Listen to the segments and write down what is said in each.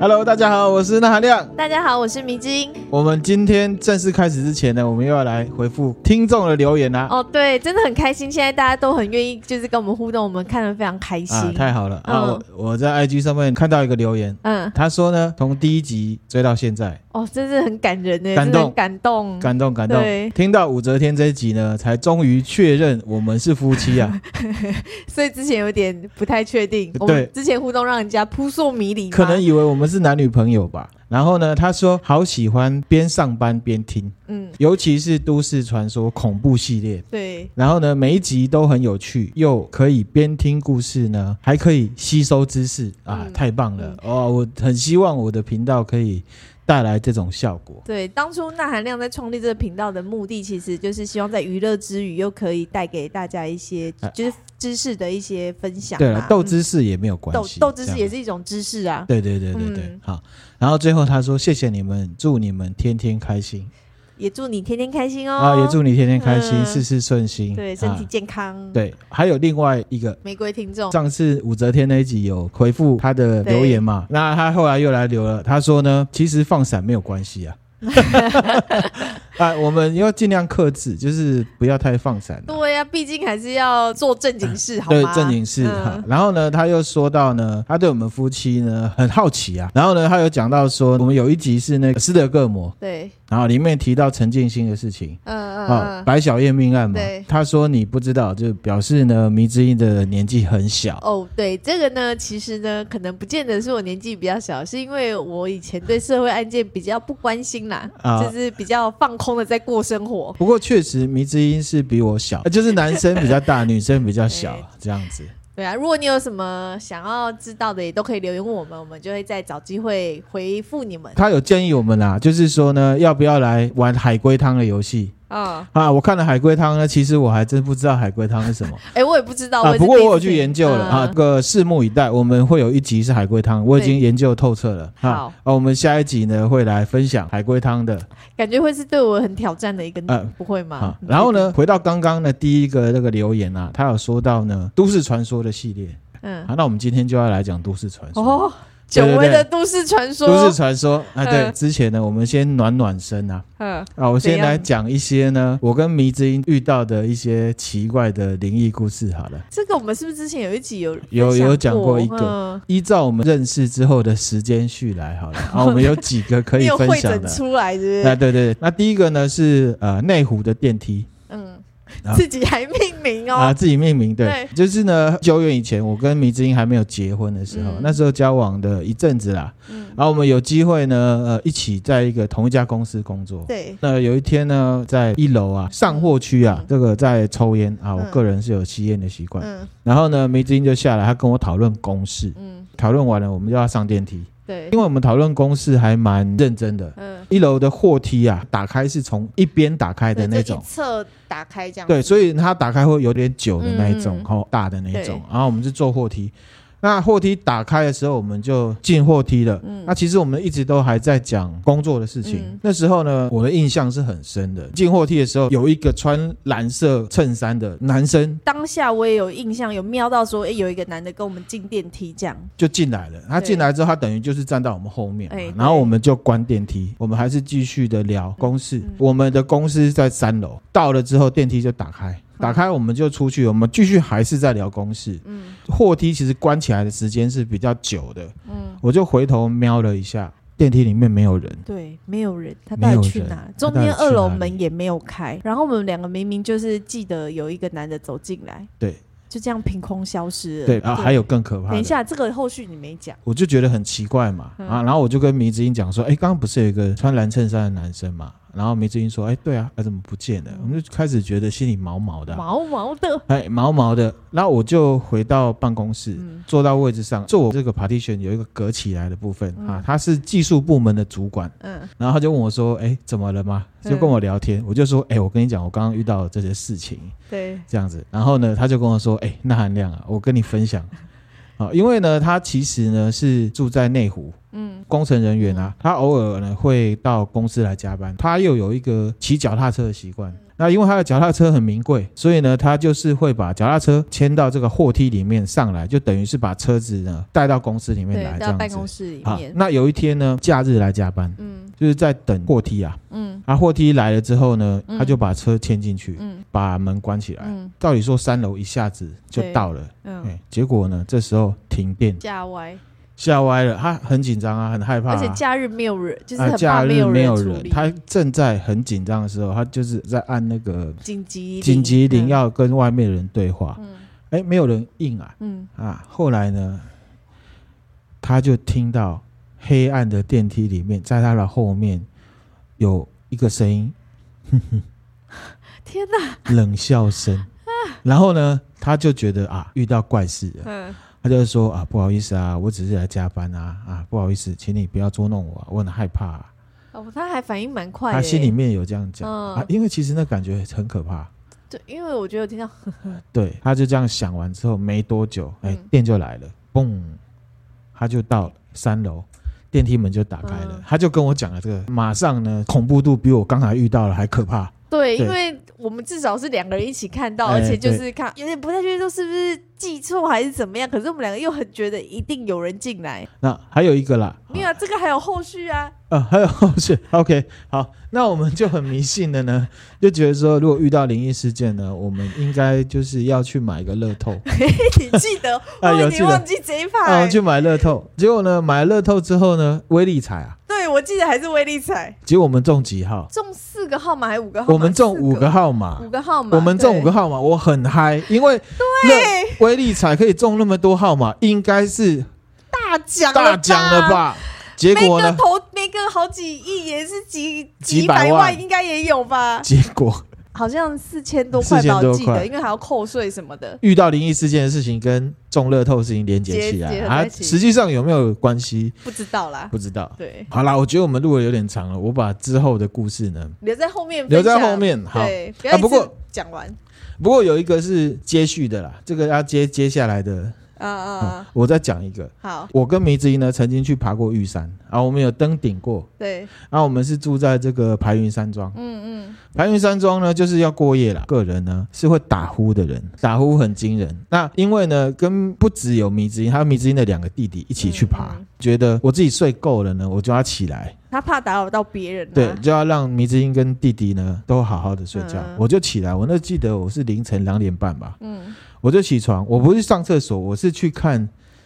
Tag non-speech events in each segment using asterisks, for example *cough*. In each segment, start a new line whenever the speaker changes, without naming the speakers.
Hello，大家好，我是那含亮。
大家好，我是迷津。
我们今天正式开始之前呢，我们又要来回复听众的留言啦、
哦，对，真的很开心，现在大家都很愿意，就是跟我们互动，我们看得非常开心。
啊，太好了、啊！
嗯
我我在 IG 上面看到一个留言，
嗯，
他说呢，从第一集追到现在，
哦，真是很感人呢，
感
真的
动
很感动。
感动感动
嗯对。
听到武则天这一集呢，才终于确认我们是夫
*laughs*
妻啊，
所以之前有点不太确定，我
对
们之前互动让人家扑朔迷离吗，
可能以为我们是男女朋友吧。然后呢，他说好喜欢边上班边听，
嗯，
尤其是都市传说恐怖系列。
对，
然后呢，每一集都很有趣，又可以边听故事呢，还可以吸收知识啊，
嗯
太棒了、哦！我很希望我的频道可以带来这种效果。
对，当初那含亮在创立这个频道的目的，其实就是希望在娱乐之余，又可以带给大家一些
啊
就是知识的一些分享
对
啦。
了，斗
嗯
知识也没有关
斗
系，
斗知识也
这样。
是一种知识啊。
对对对对对，
嗯
好。然后最后他说：“谢谢你们，祝你们天天开心、
也祝你天天开心哦，
啊，也祝你天天开心，
嗯
事事顺心，
对身体
啊
健康。，
对。”还有另外一个，
玫瑰听众，
上次武则天那一集有回复他的留言嘛？那他后来又来留了，他说呢，其实放闪没有关
*laughs*
系啊。啊，我们要尽量克制，就是不要太放闪啊、
对呀、毕竟还是要做正
*laughs*
经事，好
对
吗？，
正经事
嗯
哈、然后呢，他又说到呢，他对我们夫妻呢很好奇啊。然后呢，他有讲到说，我们有一集是那个斯德哥尔摩，
对，
然后里面提到陈建新的事情。
嗯
啊、
嗯嗯，
白小燕命案嘛
对，
他说你不知道，就表示呢，迷之音的年纪很小，
哦，对，这个呢，其实呢，可能不见得是我年纪比较小，是因为我以前对社会案件比较不关心啦，
啊
就是比较放空的在过生活。
不过确实，迷之音是比我
*laughs*
小，呃就是男生比较大，女生比较小这样子。
对啊，如果你有什么想要知道的，也都可以留言问我们，我们就会再找机会回复你们。
他有建议我们啦，就是说呢，要不要来玩海龟汤的游戏
啊、
啊？我看了海龟汤呢，其实我还真不知道海龟汤是
*laughs*
什么
哎、我也不知道，
啊
也。是
不过
第一
我有
次
去
听
研究了、
嗯
啊，这个拭目以待，我们会有一集是海龟汤，我已
对
经研究透彻了啊
好。
啊，我们下一集呢会来分享海龟汤的
感觉会是对我很挑战的一个，
呃
不会吗？
啊。
你
然后
确定？
呢，回到刚刚的第一个那个留言啊，他有说到呢都市传说的系列
嗯，
啊，那我们今天就要来讲都市传说。
哦，
对
久
对
违
对
的都市传说，
都市传说啊，对，
嗯
之前呢，我们先暖暖身啊，
嗯，
啊，我先
怎样
来讲一些呢，我跟迷之音遇到的一些奇怪的灵异故事好了。
这个我们是不是之前有一集有
有
分享
有讲过一个
嗯
依照我们认识之后的时间序来
*laughs*
好了，啊，我们有几个可
你
以
有
分
会
享
诊
的。
出来，是不
啊，对
是？
对，对那第一个呢是呃内湖的电梯
嗯
啊，
自己还命名
啊，
哦，
自己命名对
对，
就是呢久远以前我跟迷之音还没有结婚的时候，
嗯
那时候交往的一阵子啦，啊
嗯，
然后我们有机会呢呃一起在一个同一家公司工作，
对，
那有一天呢，在一楼啊上货区啊
嗯，
这个在抽烟啊，我
嗯
个人是有吸烟的习惯。
嗯
然后呢，梅子英就下来，他跟我讨论公事，
嗯，
讨论完了，我们就要上电梯，
对
因，为我们讨论公事还蛮认真的。
嗯，
一楼的货梯啊，打开是从一边打开的
对
那
就
种
一，侧打开这样，
对，所以它打开会有点久的那一种
嗯，嗯
哦，大的那一种
对。
然后我们是坐货梯，那货梯打开的时候，我们就进货梯了。
嗯
那其实我们一直都还在讲工作的事情。
嗯
那时候呢，我的印象是很深的。进货梯的时候，有一个穿蓝色衬衫的男生
当下我也有印象，有瞄到说，哎，有一个男的跟我们进电梯这样，
就进来了。他进来之后，他等于就是站到我们后面嘛
哎对
然后我们就关电梯，我们还是继续的聊公事。
嗯
我们的公司在三楼，到了之后电梯就打开。打开我们就出去，我们继续还是在聊公事。
嗯
货梯其实关起来的时间是比较久的，
嗯，
我就回头瞄了一下，电梯里面没有人。
对，没有人，他
没
到
有
底去
人
哪
他？
中
到底
间
去
二楼
哪里
门也没有开，然后我们两个明明就是记得有一个男的走进来，
对，
就这样凭空消失了。
对啊，还有更可怕
等一
的，
下，这个后续你没讲，
我就觉得很奇怪嘛
嗯
啊，然后我就跟迷之音讲说，哎，刚刚不是有一个穿蓝衬衫的男生嘛？然后迷之音说，哎，对啊，他怎么不见了？我们就开始觉得心里毛毛的啊，
嗯毛毛的，
哎，毛毛的。然后我就回到办公室，
嗯
坐到位置上，坐我这个 partition 有一个隔起来的部分啊，他是技术部门的主管。
嗯
然后他就问我说：“哎，怎么了吗？”就跟我聊天，我就说：“哎，我跟你讲，我刚刚遇到这些事情，
对，
这样子。”然后呢，他就跟我说：“哎，那含量啊，我跟你分享， *laughs* 啊，因为呢，他其实呢是住在内湖，
嗯，
工程人员啊，他偶尔呢会到公司来加班，他又有一个骑脚踏车的习惯。那因为他的脚踏车很名贵，所以呢，他就是会把脚踏车牵到这个货梯里面上来，就等于是把车子呢带到公司里面
对
来，这
到
样
办公
子。
室里
啊
面，，
那有一天呢，假日来加班，
嗯
就是在等货梯啊。
嗯
啊，货梯来了之后呢，
嗯
他就把车牵进去，
嗯
把门关起来。
嗯
照理说三楼一下子就
对
到了，
嗯，
哎，结果呢，这时候停电，
架歪，
吓歪了，他很紧张啊，很害怕、啊。
而且假日没有人，就是
啊，
很
假
怕
日
有
没有
处
人，
理，
他正在很紧张的时候，他就是在按那个
紧急
紧急铃，
嗯
要跟外面的人对话。
嗯
哎，没有人应啊
嗯
啊！后来呢，他就听到黑暗的电梯里面，在他的后面有一个声音，
*laughs* 天哪，啊
冷笑声。然后呢，他就觉得啊，遇到怪事了。
嗯
他就说啊，不好意思啊，我只是来加班啊啊，不好意思，请你不要捉弄我、啊，我很害怕、啊。
哦，他还反应蛮快的
他
欸，
心里面有这样讲、
嗯
啊，因为其实那感觉很可怕。
对，因为我觉得我听到
对，他就这样想完之后，没多久，哎、
嗯
电就来了，嘣，他就到三楼，电梯门就打开了，
嗯
他就跟我讲了这个，马上呢，恐怖度比我刚才遇到了还可怕。
对，
对
因为我们至少是两个人一起看到，而
哎
且就是看有点不太确定说是不是记错还是怎么样，可是我们两个又很觉得一定有人进来，
那还有一个啦，
嗯
没有、啊、这个还有后续
*laughs*
啊，
呃，还有后续，OK，好，那我们就很迷信的呢，就觉得说，如果遇到灵异事件呢，我们应该就是要去买个乐透，
你记得，
哎
我有
有记
点
得
忘记这一趴、
啊，我 *laughs*
欸
们去买乐透，结果呢，买乐透之后呢，微利彩啊，
对我记得还是威力彩
结果我们中几号？
中四个号码还是五个号码？
哦
我们中
四
五个号码，
五个号码，
我们中
对
五个号码，我很嗨，因为
对
威力彩可以中那么多号码，应该是
大奖
大奖了？吧？结
每
果
个
呢？
投每个好几亿，也是几
几百
百
万
应该也有吧？
结果
好像四千多块
4000
吧，
多
我记
块
得，因为还要扣税什么的。
遇到灵异事件的事情跟中乐透的事情连接起
结
来
结合
啊，
在一起
实际上有没有关系
不知道啦。
不知道。
对，
好啦，我觉得我们录的有点长了，我把之后的故事呢，
留在后面，
留在后。面。好，啊
对，不要一
不
次
过
讲完。
不过有一个是接续的啦，这个要接接下来的，
啊啊，
啊
啊，
我再讲一个。
好，
我跟迷之音呢，曾经去爬过玉山啊，我们有登顶过，
对，
啊，我们是住在这个白云山庄。
嗯嗯
白云山庄呢，就是要过夜啦。个人呢是会打呼的人，打呼很惊人。那因为呢，跟不只有迷之音，还有迷之音的两个弟弟一起去爬，
嗯嗯
觉得我自己睡够了呢，我就要起来，
他怕打扰到别
嗯
人、啊。
对，就要让迷之音跟弟弟呢都好好的睡觉。
嗯
我就起来，我那记得我是凌晨两点半吧，
嗯
我就起床，我不是上厕所，我是去看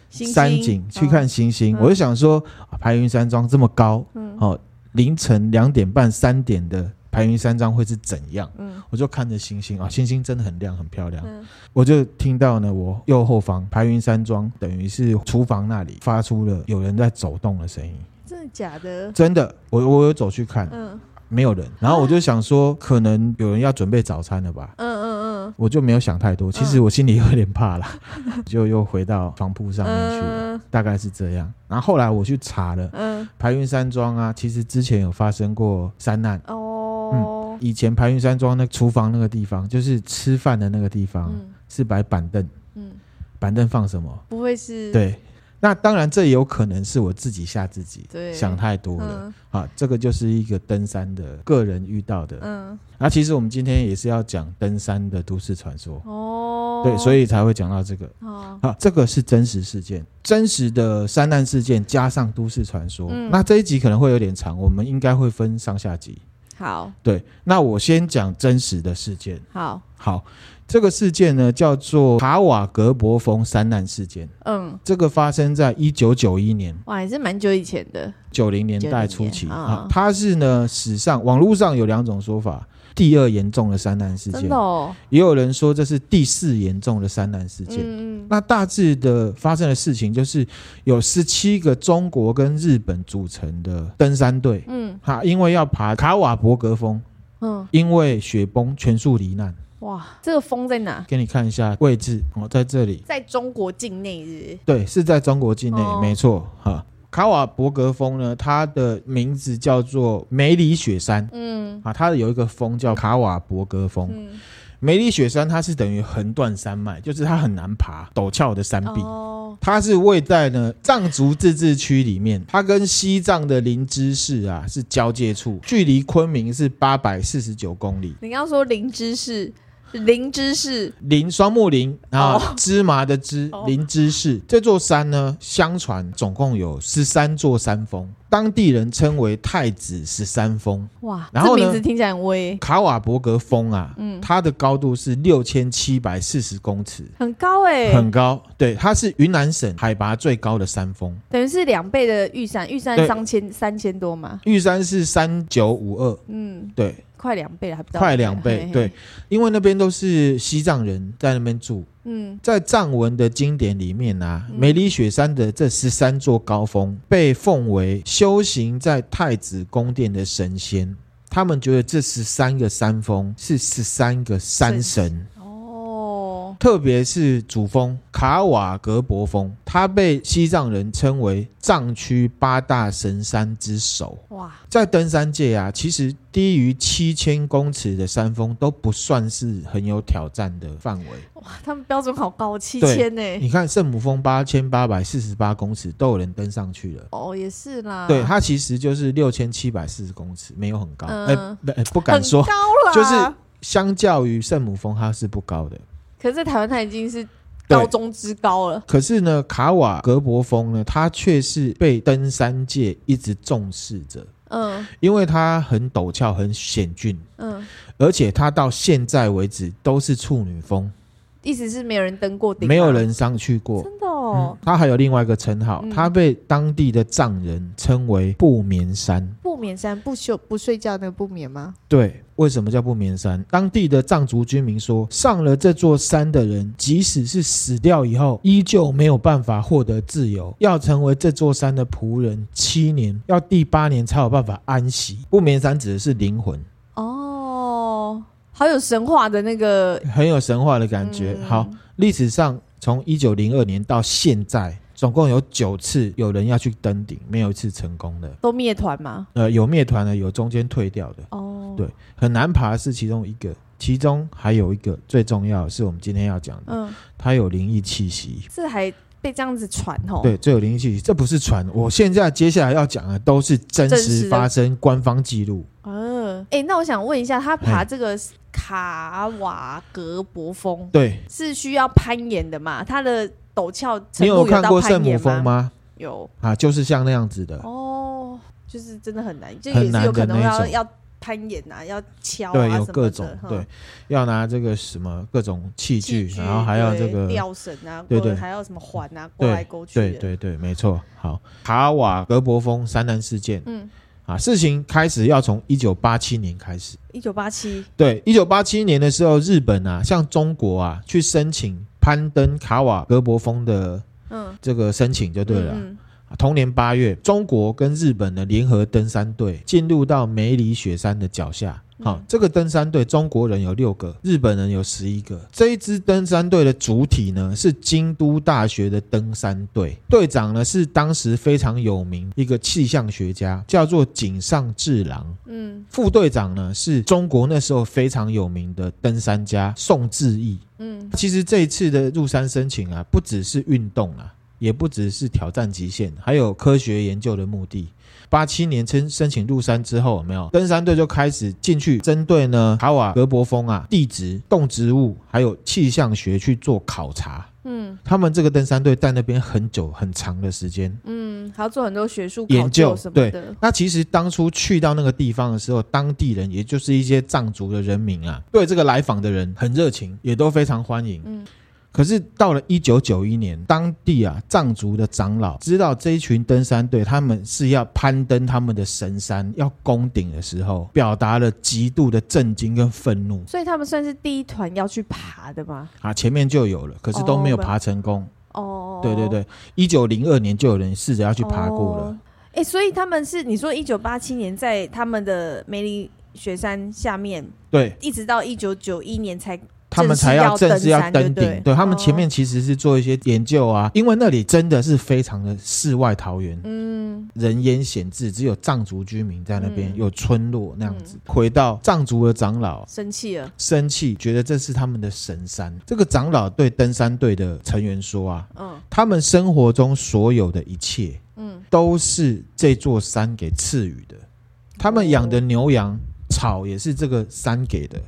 星星
山景，去看星星。
嗯
我就想说，啊白云山庄这么高，
嗯
哦，凌晨两点半、三点的白云山庄会是怎样？
嗯
我就看着星星啊，星星真的很亮，很漂亮。
嗯
我就听到呢，我右后方白云山庄等于是厨房那里发出了有人在走动的声音，
真的假的？
真的，我我有走去看，
嗯
没有人。然后我就想说，可能有人要准备早餐了吧。
嗯嗯
我就没有想太多，其实我心里有点怕啦， *laughs* 就又回到床铺上面去了，
嗯
大概是这样。然后后来我去查了
嗯
白云山庄啊，其实之前有发生过山难，
哦
以前白云山庄那厨房那个地方，就是吃饭的那个地方，
嗯
是摆板凳，
嗯，
板凳放什么？
不会是？
对，那当然这也有可能是我自己吓自己，
对，
想太多了、
嗯
啊。这个就是一个登山的个人遇到的。
嗯
那、其实我们今天也是要讲登山的都市传说，
哦，
对，所
以
以才会讲到这个。
哦，
啊，这个是真实事件，真实的山难事件加上都市传说。
嗯
那这一集可能会有点长，我们应该会分上下集。
好
对，那我先讲真实的事件。
好，
好，这个事件呢叫做卡瓦格博峰山难事件，
嗯
这个发生在一九九一年
哇，也是蛮久以前的，
九零年代初期
90年
啊
啊，
它是呢史上网络上有两种说法，第二严重的山难事
真
件
的，哦，
也有人说这是第四严重的山难事件。
嗯嗯
那大致的发生的事情就是，有十七个中国跟日本组成的登山队，
嗯
哈，因为要爬卡瓦伯格峰，
嗯，
因为雪崩全数罹难。
哇，这个风在哪？
给你看一下位置哦，在这里，
在中国境内日
对，是在中国境内，
哦
没错哈。卡瓦伯格峰呢，它的名字叫做梅里雪山
嗯
啊，它有一个峰叫卡瓦伯格峰。
嗯
梅里雪山它是等于横断山脉，就是它很难爬，陡峭的
嗯
山壁。
哦，
它是位在呢藏族自治区里面，它跟西藏的林芝市啊是交界处，距离昆明是八百四十九公里。
你刚刚说灵芝是灵芝是
林双木林啊，
哦
芝麻的芝
哦，
林芝市这座山呢，相传总共有十三座山峰，当地人称为太子十三峰。
哇，
然后
这
呢
名字听起来很威，
卡瓦伯格峰啊，
嗯
它的高度是六千七百四十公尺，
很高哎、
很高。对，它是云南省海拔最高的山峰。
等于是两倍的玉山，玉
对
山三千三千多嘛，
玉山是三九五二，
嗯，
对，
快两倍了，还不到
快两倍
嘿。嘿
对，因为那边都是西藏人在那边住，
嗯，
在藏文的经典里面啊，
嗯
梅里雪山的这十三座高峰被奉为修行在太子宫殿的神仙。他们觉得这十三个山峰是十三个山神，
哦，
特别是主峰卡瓦格博峰，它被西藏人称为藏区八大神山之首。
哇，
在登山界啊，其实低于七千公尺的山峰都不算是很有挑战的范围。
他们标准好高，七
对
千呢、
你看圣母峰八千八百四十八公尺都有人登上去了，
哦，也是啦，
对，它其实就是六千七百四十公尺，没有很高，
嗯
哎、不哎不敢说
很，高啦，啊
就是相较于圣母峰它是不高的。
可是在台湾它已经是
对
高中之高了，
可是呢，卡瓦格博峰呢，它却是被登山界一直重视着，
嗯
因为它很陡峭、很险峻，
嗯，
而且它到现在为止都是处女峰，
意思是没有人登过顶，啊
没有，人上去过。
真的
嗯
哦，，
它还有另外一个称号，
嗯
它被当地的藏人称为不眠山。
不眠山不休不睡觉那个不眠吗？
对，为什么叫不眠山？当地的藏族居民说，上了这座山的人，即使是死掉以后，依旧没有办法获得自由。要成为这座山的仆人，七年，要第八年才有办法安息。不眠山指的是灵魂，
哦，好有神话的那个
很有神话的感觉。
嗯
好，历史上从一九零二年到现在，总共有九次有人要去登顶，没有一次成功的。
都灭团嘛。
呃，有灭团的，有中间退掉的，
哦，
对，很难爬是其中一个，其中还有一个最重要的是我们今天要讲的，
嗯，
它有灵异气息。
这还被这样子传哦。
对，这有灵异气息，这不是传，我现在接下来要讲的都是真
真实
实
的
发生，官方记录。
嗯，哎、那我想问一下，他爬这个卡瓦格博峰
对
是需要攀岩的嘛？它的陡峭程
你
度
有看
到
过圣
攀
母
岩
峰
吗？
吗？
有
啊，就是像那样子的，
哦，就是真的很难，就
很
也
难的
是有可能
那一
要
种
要攀岩啊，要敲啊
对，有
什么
各
的
种
哈
对，要拿这个什么各种器具，
器具
然后还要这
对
个
吊绳啊，
对
或者
对
还要什么环啊，勾
对
来勾去的。
对对对，没错。好，卡瓦格博峰三难事件
嗯，
啊，事情开始要从一九八七年开始。
一九八七，
对，一九八七年的时候，日本啊向中国啊去申请攀登卡瓦格博峰的
嗯，
这个申请就对了啊。
嗯
同年八月，中国跟日本的联合登山队进入到梅里雪山的脚下。好、
嗯
这个登山队中国人有六个，日本人有十一个。这一支登山队的主体呢是京都大学的登山队，队长呢是当时非常有名一个气象学家，叫做井上治郎。
嗯
副队长呢是中国那时候非常有名的登山家宋志毅。
嗯
其实这一次的入山申请啊，不只是运动啊，也不只是挑战极限，还有科学研究的目的。八七年申申请入山之后，有没有登山队就开始进去针对呢卡瓦格博峰啊地质、动植物还有气象学去做考察。
嗯
他们这个登山队在那边很久很长的时间，
嗯，还要做很多学术
研
考
究
什么
对
的。
那其实当初去到那个地方的时候，当地人也就是一些藏族的人民啊，对这个来访的人很热情，也都非常欢迎。
嗯
可是到了一九九一年，当地啊藏族的长老知道这一群登山队他们是要攀登他们的神山，要攻顶的时候，表达了极度的震惊跟愤怒
所以他们算是第一团要去爬的嘛？
啊！前面就有了，可是都没有爬成功。
哦，
对对，对，一九零二年就有人试着要去爬过了。
哦。哎、所以他们是你说一九八七年在他们的梅里雪山下面，
对
一直到一九九一年才
他们才要正
正
式
式
要
要
登
登
顶。
山就对
他们
哦
前面其实是做一些研究啊，因为那里真的是非常的世外桃源，
嗯，
人烟险至，只有藏族居民在那边、
嗯
有村落那样子。回到藏族的长老啊
生气了，
生气，觉得这是他们的神山。这个长老对登山队的成员说啊，
嗯
他们生活中所有的一切
嗯，
都是这座山给赐予的，他们养的牛羊、草也是这个山给的。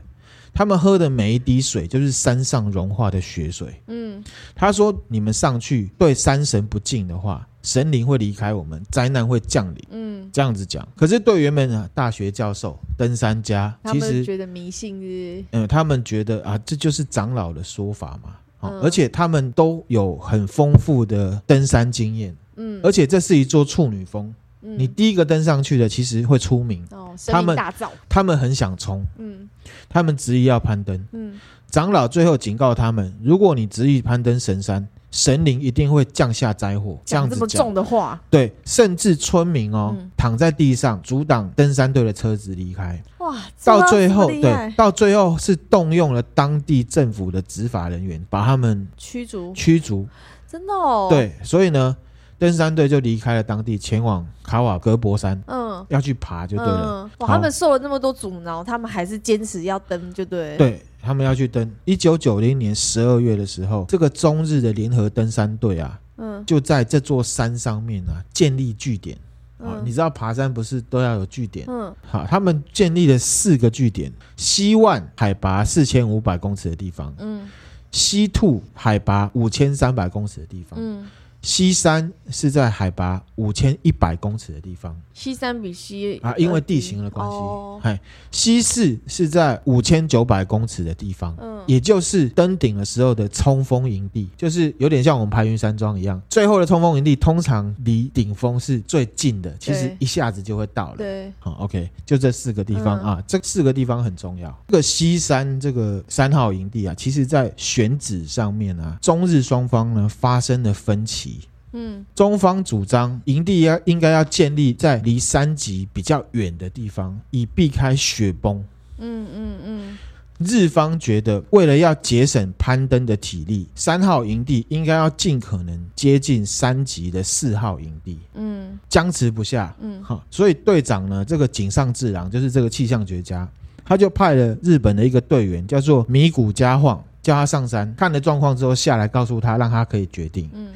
他们喝的每一滴水就是山上融化的雪水。
嗯，
他说：“你们上去对山神不敬的话，神灵会离开我们，灾难会降临。”
嗯，
这样子讲。可是对原本啊大学教授、登山家，
他
其
们
实
觉得迷信是
嗯、呃他们觉得啊，这就是长老的说法嘛。啊
嗯
而且他们都有很丰富的登山经验，
不是，嗯，
而且这是一座处女峰，
嗯
你第一个登上去的其实会出名。
哦，
他
声
们
音大噪，
他们很想冲，
嗯
他们执意要攀登。
嗯，
长老最后警告他们：如果你执意攀登神山，神灵一定会降下灾祸。这样
讲
子
这么
讲
重的话，
对，甚至村民哦、
嗯
躺在地上阻挡登山队的车子离开，
哇，
到
这
最
么
后
厉
对
害，
到最后是动用了当地政府的执法人员把他们
驱逐，
驱逐。
真的哦，，
对，所以呢，登山队就离开了当地，前往卡瓦格博山
嗯。
要去爬就对了。
嗯，哇！
好
他们受了那么多阻挠，他们还是坚持要登，就对了。
对他们要去登。一九九零年十二月的时候，这个中日的联合登山队啊，
嗯
就在这座山上面啊建立据点。啊，
嗯
你知道爬山不是都要有据点？
嗯
好，他们建立了四个据点：西万海拔四千五百公尺的地方，
嗯
西兔海拔五千三百公尺的地方，
嗯，
西山是在海拔五千一百公尺的地方
西山比西
啊，因为地形的关系
哦。
嗨、西四是在五千九百公尺的地方。
嗯
也就是登顶的时候的冲锋营地，就是有点像我们排云山庄一样，最后的冲锋营地通常离顶峰是最近的，其实
对
一下子就会到了。
对，
好、o k 就这四个地方、
嗯
啊，这四个地方很重要。这个西山这个三号营地啊，其实在选址上面啊，中日双方呢发生了分歧。
嗯
中方主张营地要应该要建立在离山脊比较远的地方，以避开雪崩。
嗯嗯嗯
日方觉得，为了要节省攀登的体力，三号营地应该要尽可能接近山脊的四号营地，
嗯
僵持不下。
嗯
哈，所以队长呢，这个井上治郎就是这个气象学家，他就派了日本的一个队员叫做米谷家晃，叫他上山看了状况之后下来，告诉他，让他可以决定。
嗯，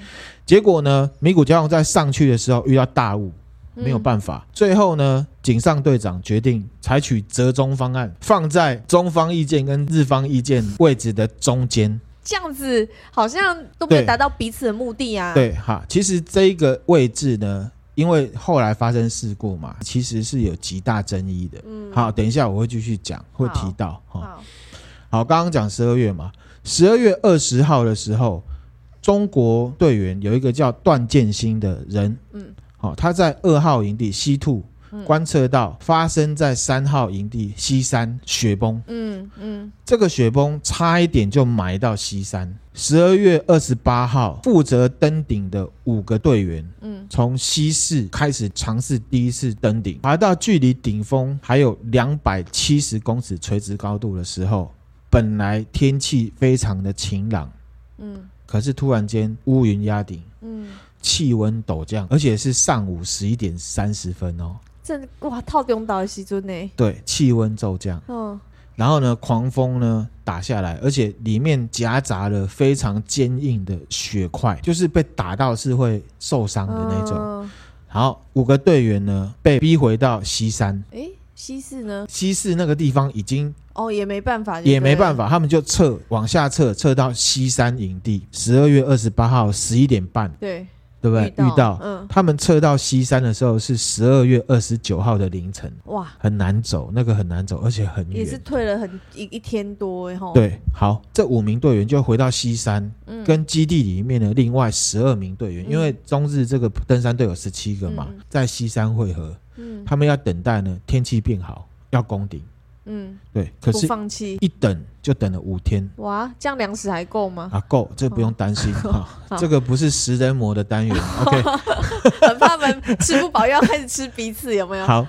结果呢，米谷家晃在上去的时候遇到大雾，
嗯
没有办法。最后呢，井上队长决定采取折中方案，放在中方意见跟日方意见位置的中间。
这样子好像都没有
对
达到彼此的目的啊。，
对，哈，其实这一个位置呢，因为后来发生事故嘛，其实是有极大争议的。
嗯，
好，等一下我会继续讲，会
好
提到哈。
好，
好，刚刚讲十二月嘛，十二月二十号的时候，中国队员有一个叫段建新的人，
嗯，
好、他在二号营地西兔
嗯
观测到发生在三号营地西山雪崩，
嗯嗯
这个雪崩差一点就埋到西山。十二月二十八号，负责登顶的五个队员
嗯
从西市开始尝试第一次登顶，爬到距离顶峰还有两百七十公尺垂直高度的时候，本来天气非常的晴朗，
嗯
可是突然间乌云压顶，
嗯，
气温陡降，而且是上午十一点三十分哦。
这哇套中岛的西尊呢？
对，气温骤降，
嗯
然后呢，狂风呢打下来，而且里面夹杂了非常坚硬的雪块，就是被打到是会受伤的那种。
嗯
好，五个队员呢被逼回到西山，
诶，西四呢？
西市那个地方已经
哦，也没办法，
也没办
法。
法，他们就撤往下撤，撤到西山营地。十二月二十八号十一点半，
对，
对不对？遇到
嗯，
他们撤到西山的时候是十二月二十九号的凌晨，
哇，
很难走，那个很难走，而且很
也是
远。
退了很一一天多哎吼。，
对，好，这五名队员就回到西山，
嗯
跟基地里面的另外十二名队员，
嗯
因为中日这个登山队有十七个嘛
嗯嗯，
在西山汇合，
嗯
他们要等待呢天气变好，要攻顶。
嗯，
对，可
不
是
放弃。
一等就等了五天
哇，这样粮食还够吗？ *laughs*
啊，够，这不用担心哈、
哦好
这个不是食人魔的
*laughs*
单元，OK，
很怕他们吃不饱，又要开始吃彼此，有没有？
好。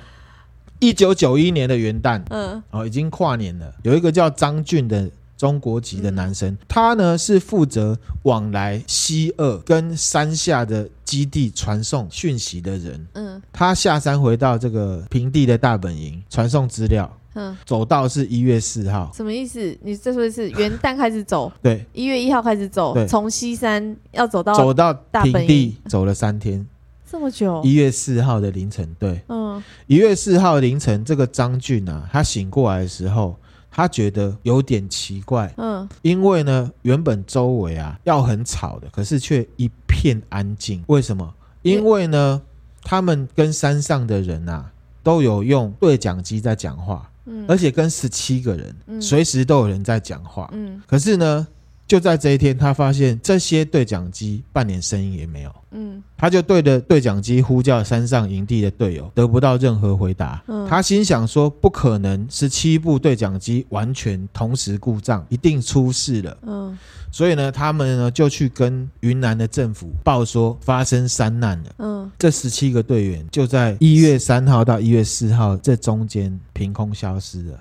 一九九一年的元旦
嗯
哦，已经跨年了。有一个叫张俊的中国籍的男
嗯
生，他呢是负责往来西二跟山下的基地传送讯息的人。
嗯
他下山回到这个平地的大本营传送资料，
嗯，
走到是一月四号。
什么意思？你再说一次，元旦开始走，
对，
一月一号开始走
对，
从西山要走到
走到平
大本
地
营哦
走了三天，
这么久，
一月四号的凌晨，对，
嗯
一月四号凌晨，这个张俊啊，他醒过来的时候，他觉得有点奇怪，
嗯
因为呢，原本周围啊要很吵的，可是却一片安静。为什么？因为呢，他们跟山上的人啊，都有用对讲机在讲话，而
嗯
且跟十七个人，
嗯
随时都有人在讲话。
嗯
可是呢，就在这一天，他发现这些对讲机半点声音也没有。
嗯
他就对着对讲机呼叫山上营地的队友，得不到任何回答。
嗯
他心想说：不可能，十七部对讲机完全同时故障，一定出事了。
嗯
所以呢，他们呢就去跟云南的政府报说发生山难了。
嗯，
这十七个队员就在一月三号到一月四号这中间凭空消失了，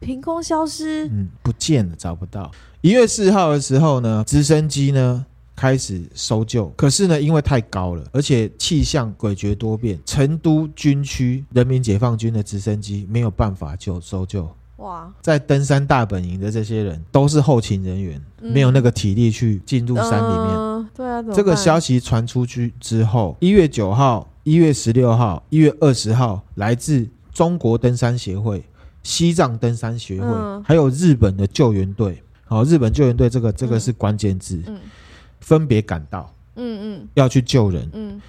凭空消失，
嗯，不见了，找不到。一月四号的时候呢，直升机呢开始搜救，可是呢，因为太高了，而且气象诡谲多变，成都军区人民解放军的直升机没有办法救搜救。
哇，
在登山大本营的这些人都是后勤人员，没有那个体力去进入山里面。
嗯对啊，怎么
这个
办
消息传出去之后，一月九号、一月十六号、一月二十号，来自中国登山协会、西藏登山协会，
嗯
还有日本的救援队。好、日本救援队这个这个是关键字，
嗯
分别赶到
嗯
要去救人
嗯。嗯，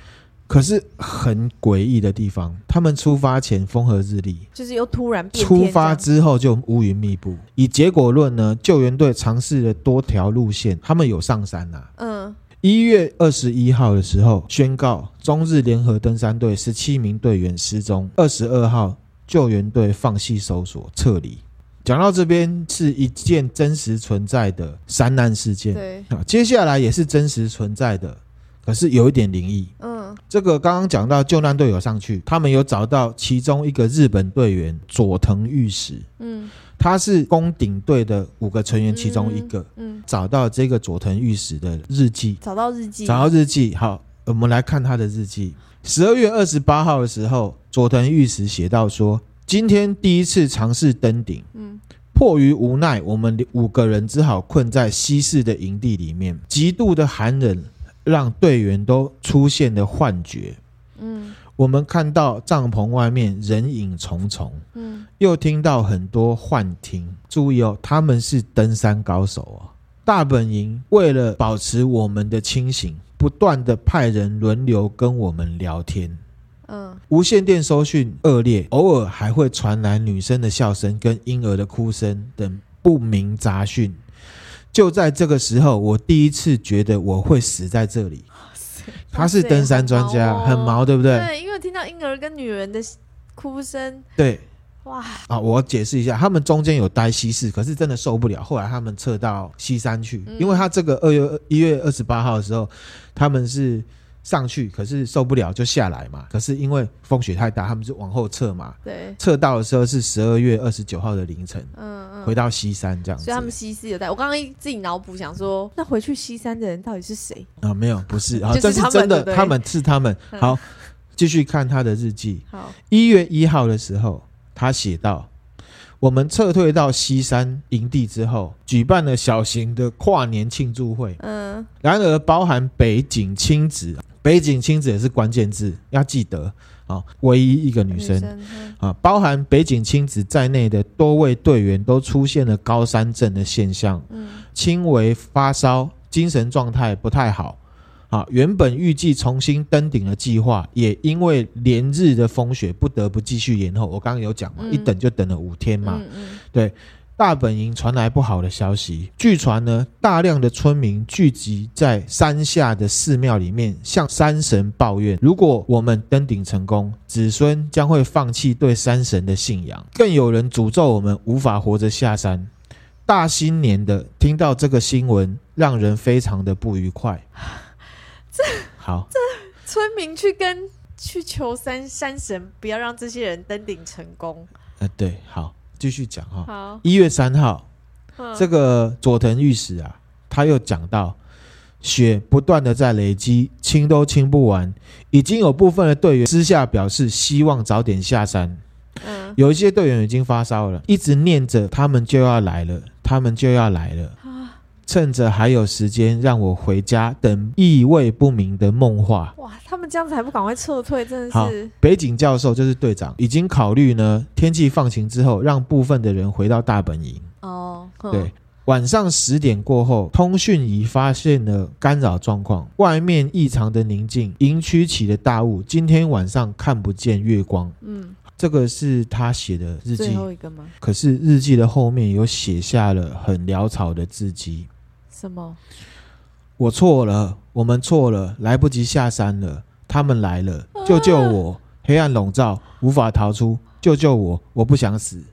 可是很诡异的地方，他们出发前风和日丽，
就是又突然变
出
天
发
这样
之后就乌云密布。以结果论呢，救援队尝试了多条路线，他们有上山啊呐、
嗯
一月二十一号的时候，宣告中日联合登山队十七名队员失踪。二十二号，救援队放弃搜索，撤离。讲到这边是一件真实存在的山难事件，
对
啊，接下来也是真实存在的，可是有一点灵异。
嗯
这个刚刚讲到救难队有上去，他们有找到其中一个日本队员佐藤玉史，
嗯
他是攻顶队的五个成员其中一个，
嗯，
找到这个佐藤玉史的日记，
找到日记，
找到日记，好，我们来看他的日记。十二月二十八号的时候，佐藤玉史写到说：“今天第一次尝试登顶，
嗯
迫于无奈，我们五个人只好困在西式的营地里面。极度的寒冷让队员都出现了幻觉。
嗯
我们看到帐篷外面人影重重，
嗯
又听到很多幻听。注意哦，他们是登山高手哦。大本营为了保持我们的清醒，不断的派人轮流跟我们聊天。
嗯
无线电收讯恶劣，偶尔还会传来女生的笑声跟婴儿的哭声等不明杂讯。就在这个时候，我第一次觉得我会死在这里。 *laughs* 他是登山专家，
哇塞
很
很
毛，
毛
对不对？
哦对，因为听到婴儿跟女人的哭声，
对
哇，
啊，我解释一下，他们中间有待西市，可是真的受不了，后来他们撤到西山去，
嗯
因为他这个二月一月二十八号的时候，他们是上去，可是受不了就下来嘛，可是因为风雪太大，他们就往后撤嘛，
对，
撤到的时候是十二月二十九号的凌晨，
嗯
回
嗯。
到西山这样子。
所以他们西施有带，我刚刚自己脑补想说，那回去西山的人到底是谁？
啊，没有，不是啊，
就是
这是
他们
真的
对不，对嗯
他们是他们。好，继续看他的日记。
好，
一月一号的时候，他写道：“我们撤退到西山营地之后，举办了小型的跨年庆祝会。
嗯
然而，包含北景亲子，北景亲子也是关键字，要记得啊，唯一一个女生。
嗯
啊，包含北景亲子在内的多位队员都出现了高山症的现象，
嗯
轻微发烧，精神状态不太好。啊，原本预计重新登顶的计划，也因为连日的风雪，不得不继续延后。我刚刚有讲嘛，
嗯
一等就等了五天嘛。
嗯嗯
大本营传来不好的消息，据传呢，大量的村民聚集在山下的寺庙里面，向山神抱怨：如果我们登顶成功，子孙将会放弃对山神的信仰。更有人诅咒我们无法活着下山。大新年的，听到这个新闻，让人非常的不愉快。这好，
村民去跟去求山山神，不要让这些人登顶成功。
呃，对，好，继续讲哈。
好，
一月三号，
嗯
这个佐藤御史啊，他又讲到，雪不断的在累积，清都清不完，已经有部分的队员私下表示希望早点下山，
嗯
有一些队员已经发烧了，一直念着他们就要来了，他们就要来了，
啊，
趁着还有时间让我回家等意味不明的梦话。
哇，他们这样子还不赶快撤退，真的
好
是，
北井教授就是队长，已经考虑呢，天气放晴之后，让部分的人回到大本营。
哦，哼
对，，晚上十点过后，通讯仪发现了干扰状况，外面异常的宁静，营区起了大雾，今天晚上看不见月光。
嗯，
这个是他写的日
最
记，
后一个吗？
可是日记的后面有写下了很潦草的字迹。
什么？
我错了，我们错了，来不及下山了，他们来了，救救我！黑暗笼罩，无法逃出，救救我！我不想死，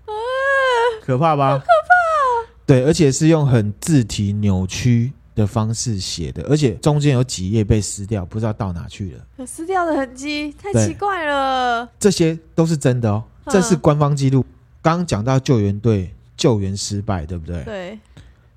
可怕吧？啊可怕、啊对，而且是用很字体扭曲的方式写的，而且中间有几页被撕掉，不知道到哪去了。
有撕掉的痕迹，太
对
奇怪了。
这些都是真的哦，
嗯
这是官方记录。刚刚讲到救援队救援失败，对不对？
对，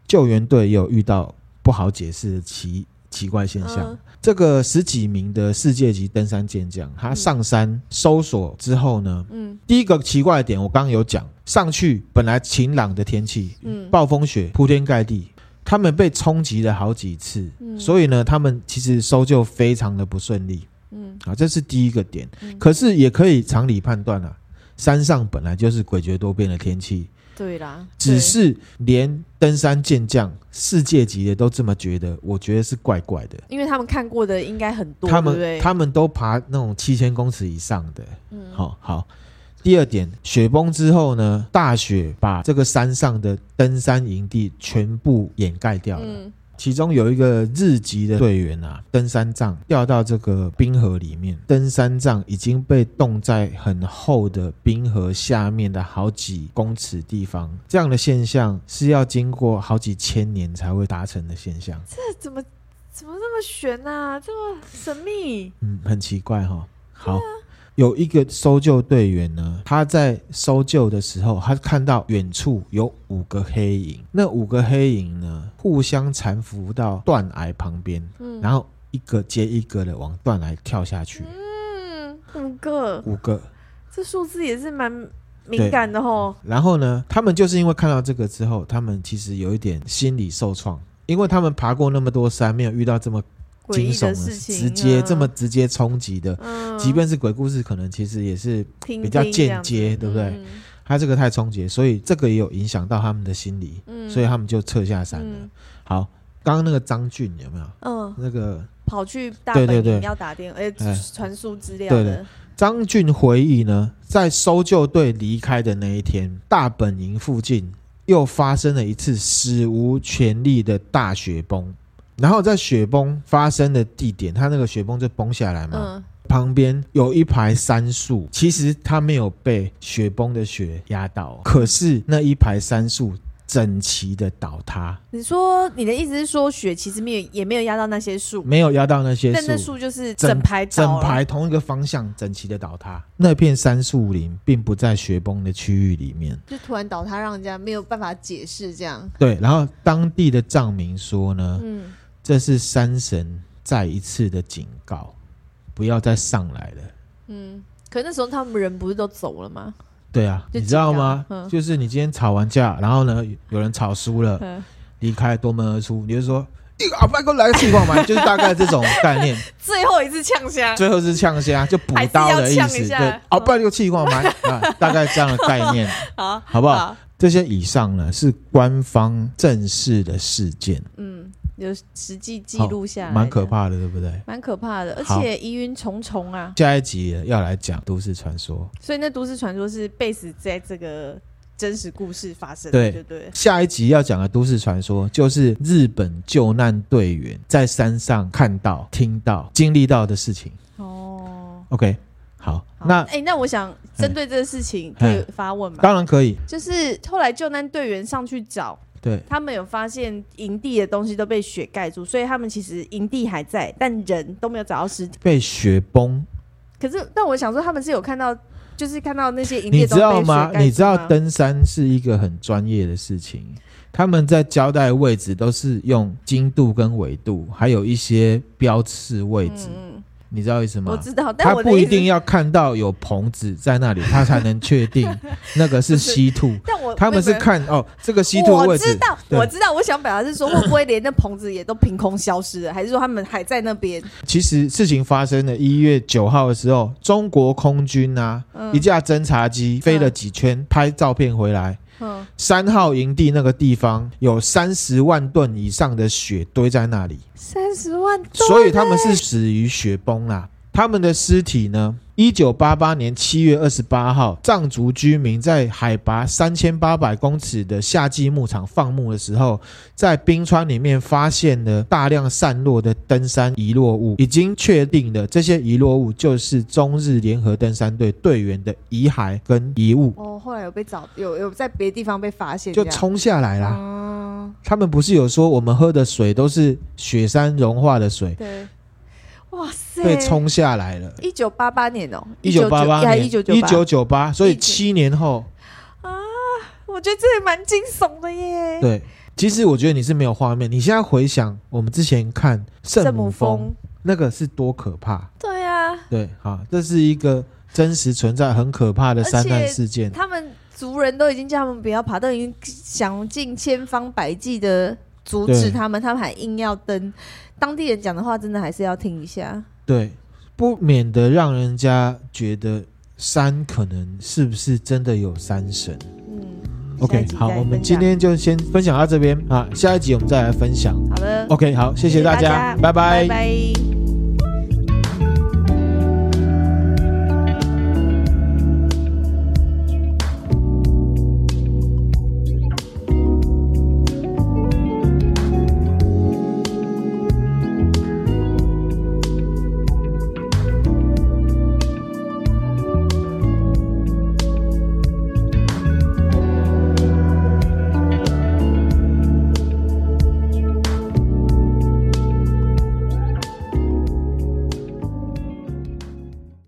救援队也有遇到不好解释的奇奇怪现象。
嗯
这个十几名的世界级登山健将，他上山搜索之后呢，
嗯
第一个奇怪的点，我刚刚有讲，上去本来晴朗的天气，
嗯，
暴风雪铺天盖地，他们被冲击了好几次，
嗯
所以呢，他们其实搜救非常的不顺利
嗯
啊，这是第一个点。
嗯
可是也可以常理判断啊，山上本来就是诡谲多变的天气，
对啦，
只是连登山健将世界级的都这么觉得，我觉得是怪怪的。
因为他们看过的应该很多，
他
对不对
们他们都爬那种七千公尺以上的。
嗯
好、好。第二点，雪崩之后呢，大雪把这个山上的登山营地全部掩盖掉了。
嗯
其中有一个日籍的队员啊，登山杖掉到这个冰河里面，登山杖已经被冻在很厚的冰河下面的好几公尺地方。这样的现象是要经过好几千年才会达成的现象，
这怎么怎么这么悬呐、这么神秘？
嗯，很奇怪哈、
啊
好。有一个搜救队员呢，他在搜救的时候，他看到远处有五个黑影，那五个黑影呢，互相搀扶到断崖旁边，
嗯
然后一个接一个的往断崖跳下去，
嗯，五个，
五个。
这数字也是蛮敏感的哦吼。
然后呢，他们就是因为看到这个之后，他们其实有一点心理受创，因为他们爬过那么多山，没有遇到这么
诡
惊
异
悚
的
的、
事情啊，
直接这么直接冲击的。
嗯，
即便是鬼故事，可能其实也是
听
比较
听这
间
样子嗯
接，对不对？？他这个太冲击，所以这个也有影响到他们的心理，
嗯
所以他们就撤下山了
嗯。
好，刚刚那个张俊有没有？
嗯，
那个
跑去大
对
本
对
营
对
要打电，哎
哎，
传输资料
对
的，
张俊回忆呢，在搜救队离开的那一天，大本营附近又发生了一次史无前例的大雪崩。然后在雪崩发生的地点，它那个雪崩就崩下来嘛，
嗯
旁边有一排杉树，其实它没有被雪崩的雪压倒，可是那一排杉树整齐的倒塌，
你说你的意思是说雪其实没有也没有压到那些树，
没有压到那些
但那
树，
树就是
整
整排倒
整
了
排同一个方向整齐的倒塌。那片杉树林并不在雪崩的区域里面。
就突然倒塌，让人家没有办法解释这样。
对，然后当地的藏民说呢，
嗯，
这是山神再一次的警告，不要再上来了。
嗯，可那时候他们人不是都走了吗？
对啊，
就
你知道
警告
吗？
嗯
就是你今天吵完架，然后呢，有人吵输了，
嗯
离开夺门而出，你就说一个阿伯给我来个气泡嘛， *laughs* 就是大概这种概念。
*laughs* 最后一次呛虾，
最后是呛虾，就补
还是
刀
要
的意
呛
思，
一下
对
嗯，
阿伯给我气泡嘛，啊，大概这样的概念，
*laughs* 好，
好不好？这些以上呢是官方正式的事件，
嗯，有实际记
好
录下来，
蛮可，怕的，对不对？
蛮可怕的，而
好
且疑云重重啊。
下一集要来讲都市传说。
所以那都市传说是 base 在这个真实故事发生
对
的，对不对？
下一集要讲的都市传说就是日本救难队员在山上看到、听到、经历到的事情。
哦，
OK，好，
好
那
哎、嗯那我想针对这个事情可
哎
以发问吗？
当然可以。
就是后来救难队员上去找，
对，
他们有发现营地的东西都被雪盖住，所以他们其实营地还在，但人都没有找到尸体。
被雪崩，
可是，但我想说，他们是有看到，就是看到那些营地
你
的
知
东西
道
被雪盖
吗
住？吗？
你知道登山是一个很专业的事情，他们在交代位置都是用经度跟纬度，还有一些标示位置，
嗯，
你知道意思吗？
我知道，但
他
我
不
的
一
意思
定，要看到有棚子在那里，他才能确定那个
*laughs*
是
是
西兔。
但我
他们是
我以为
看哦，这个西兔的
我
位
知
置
道，，
对
我知道，我想表达是说，会不会连那棚子也都凭空消失了，还是说他们还在那边？
其实事情发生的一月九号的时候，中国空军啊，
嗯
一架侦察机飞了几圈，拍照片回来。
嗯，
三号营地那个地方有三十万吨以上的雪堆在那里，
三十万吨，
所以他们是死于雪崩啦。他们的尸体呢？一九八八年七月二十八号，藏族居民在海拔三千八百公尺的夏季牧场放牧的时候，在冰川里面发现了大量散落的登山遗落物，已经确定了这些遗落物就是中日联合登山队队员的遗骸跟遗物，
哦，后来有被找，有有在别的地方被发现，
就
这样
冲啊下来啦。
嗯，
他们不是有说我们喝的水都是雪山融化的水，
对，哇塞，
被冲下来了。
一九八八年哦，
一九八八
还
年，
一九
一
八，
九九八，所以
19
七年后，
我觉得这也蛮惊悚的耶。
对。其实我觉得你是没有画面，你现在回想我们之前看圣
圣
母
母
峰
峰，
那个是多可怕，
对啊，
对，好，这是一个真实存在很可怕的山难事件，
他们族人都已经叫他们不要爬，都已经想尽千方百计的阻
对
止他们，他们还硬要登。当地人讲的话，真的还是要听一下。
对，不免得让人家觉得山可能是不是真的有山神。
嗯
OK，好，我们今天就先分享到这边啊，下一集我们再来分享。
好了，
OK，好，谢
谢
谢大
大
家，
家
拜拜
拜。拜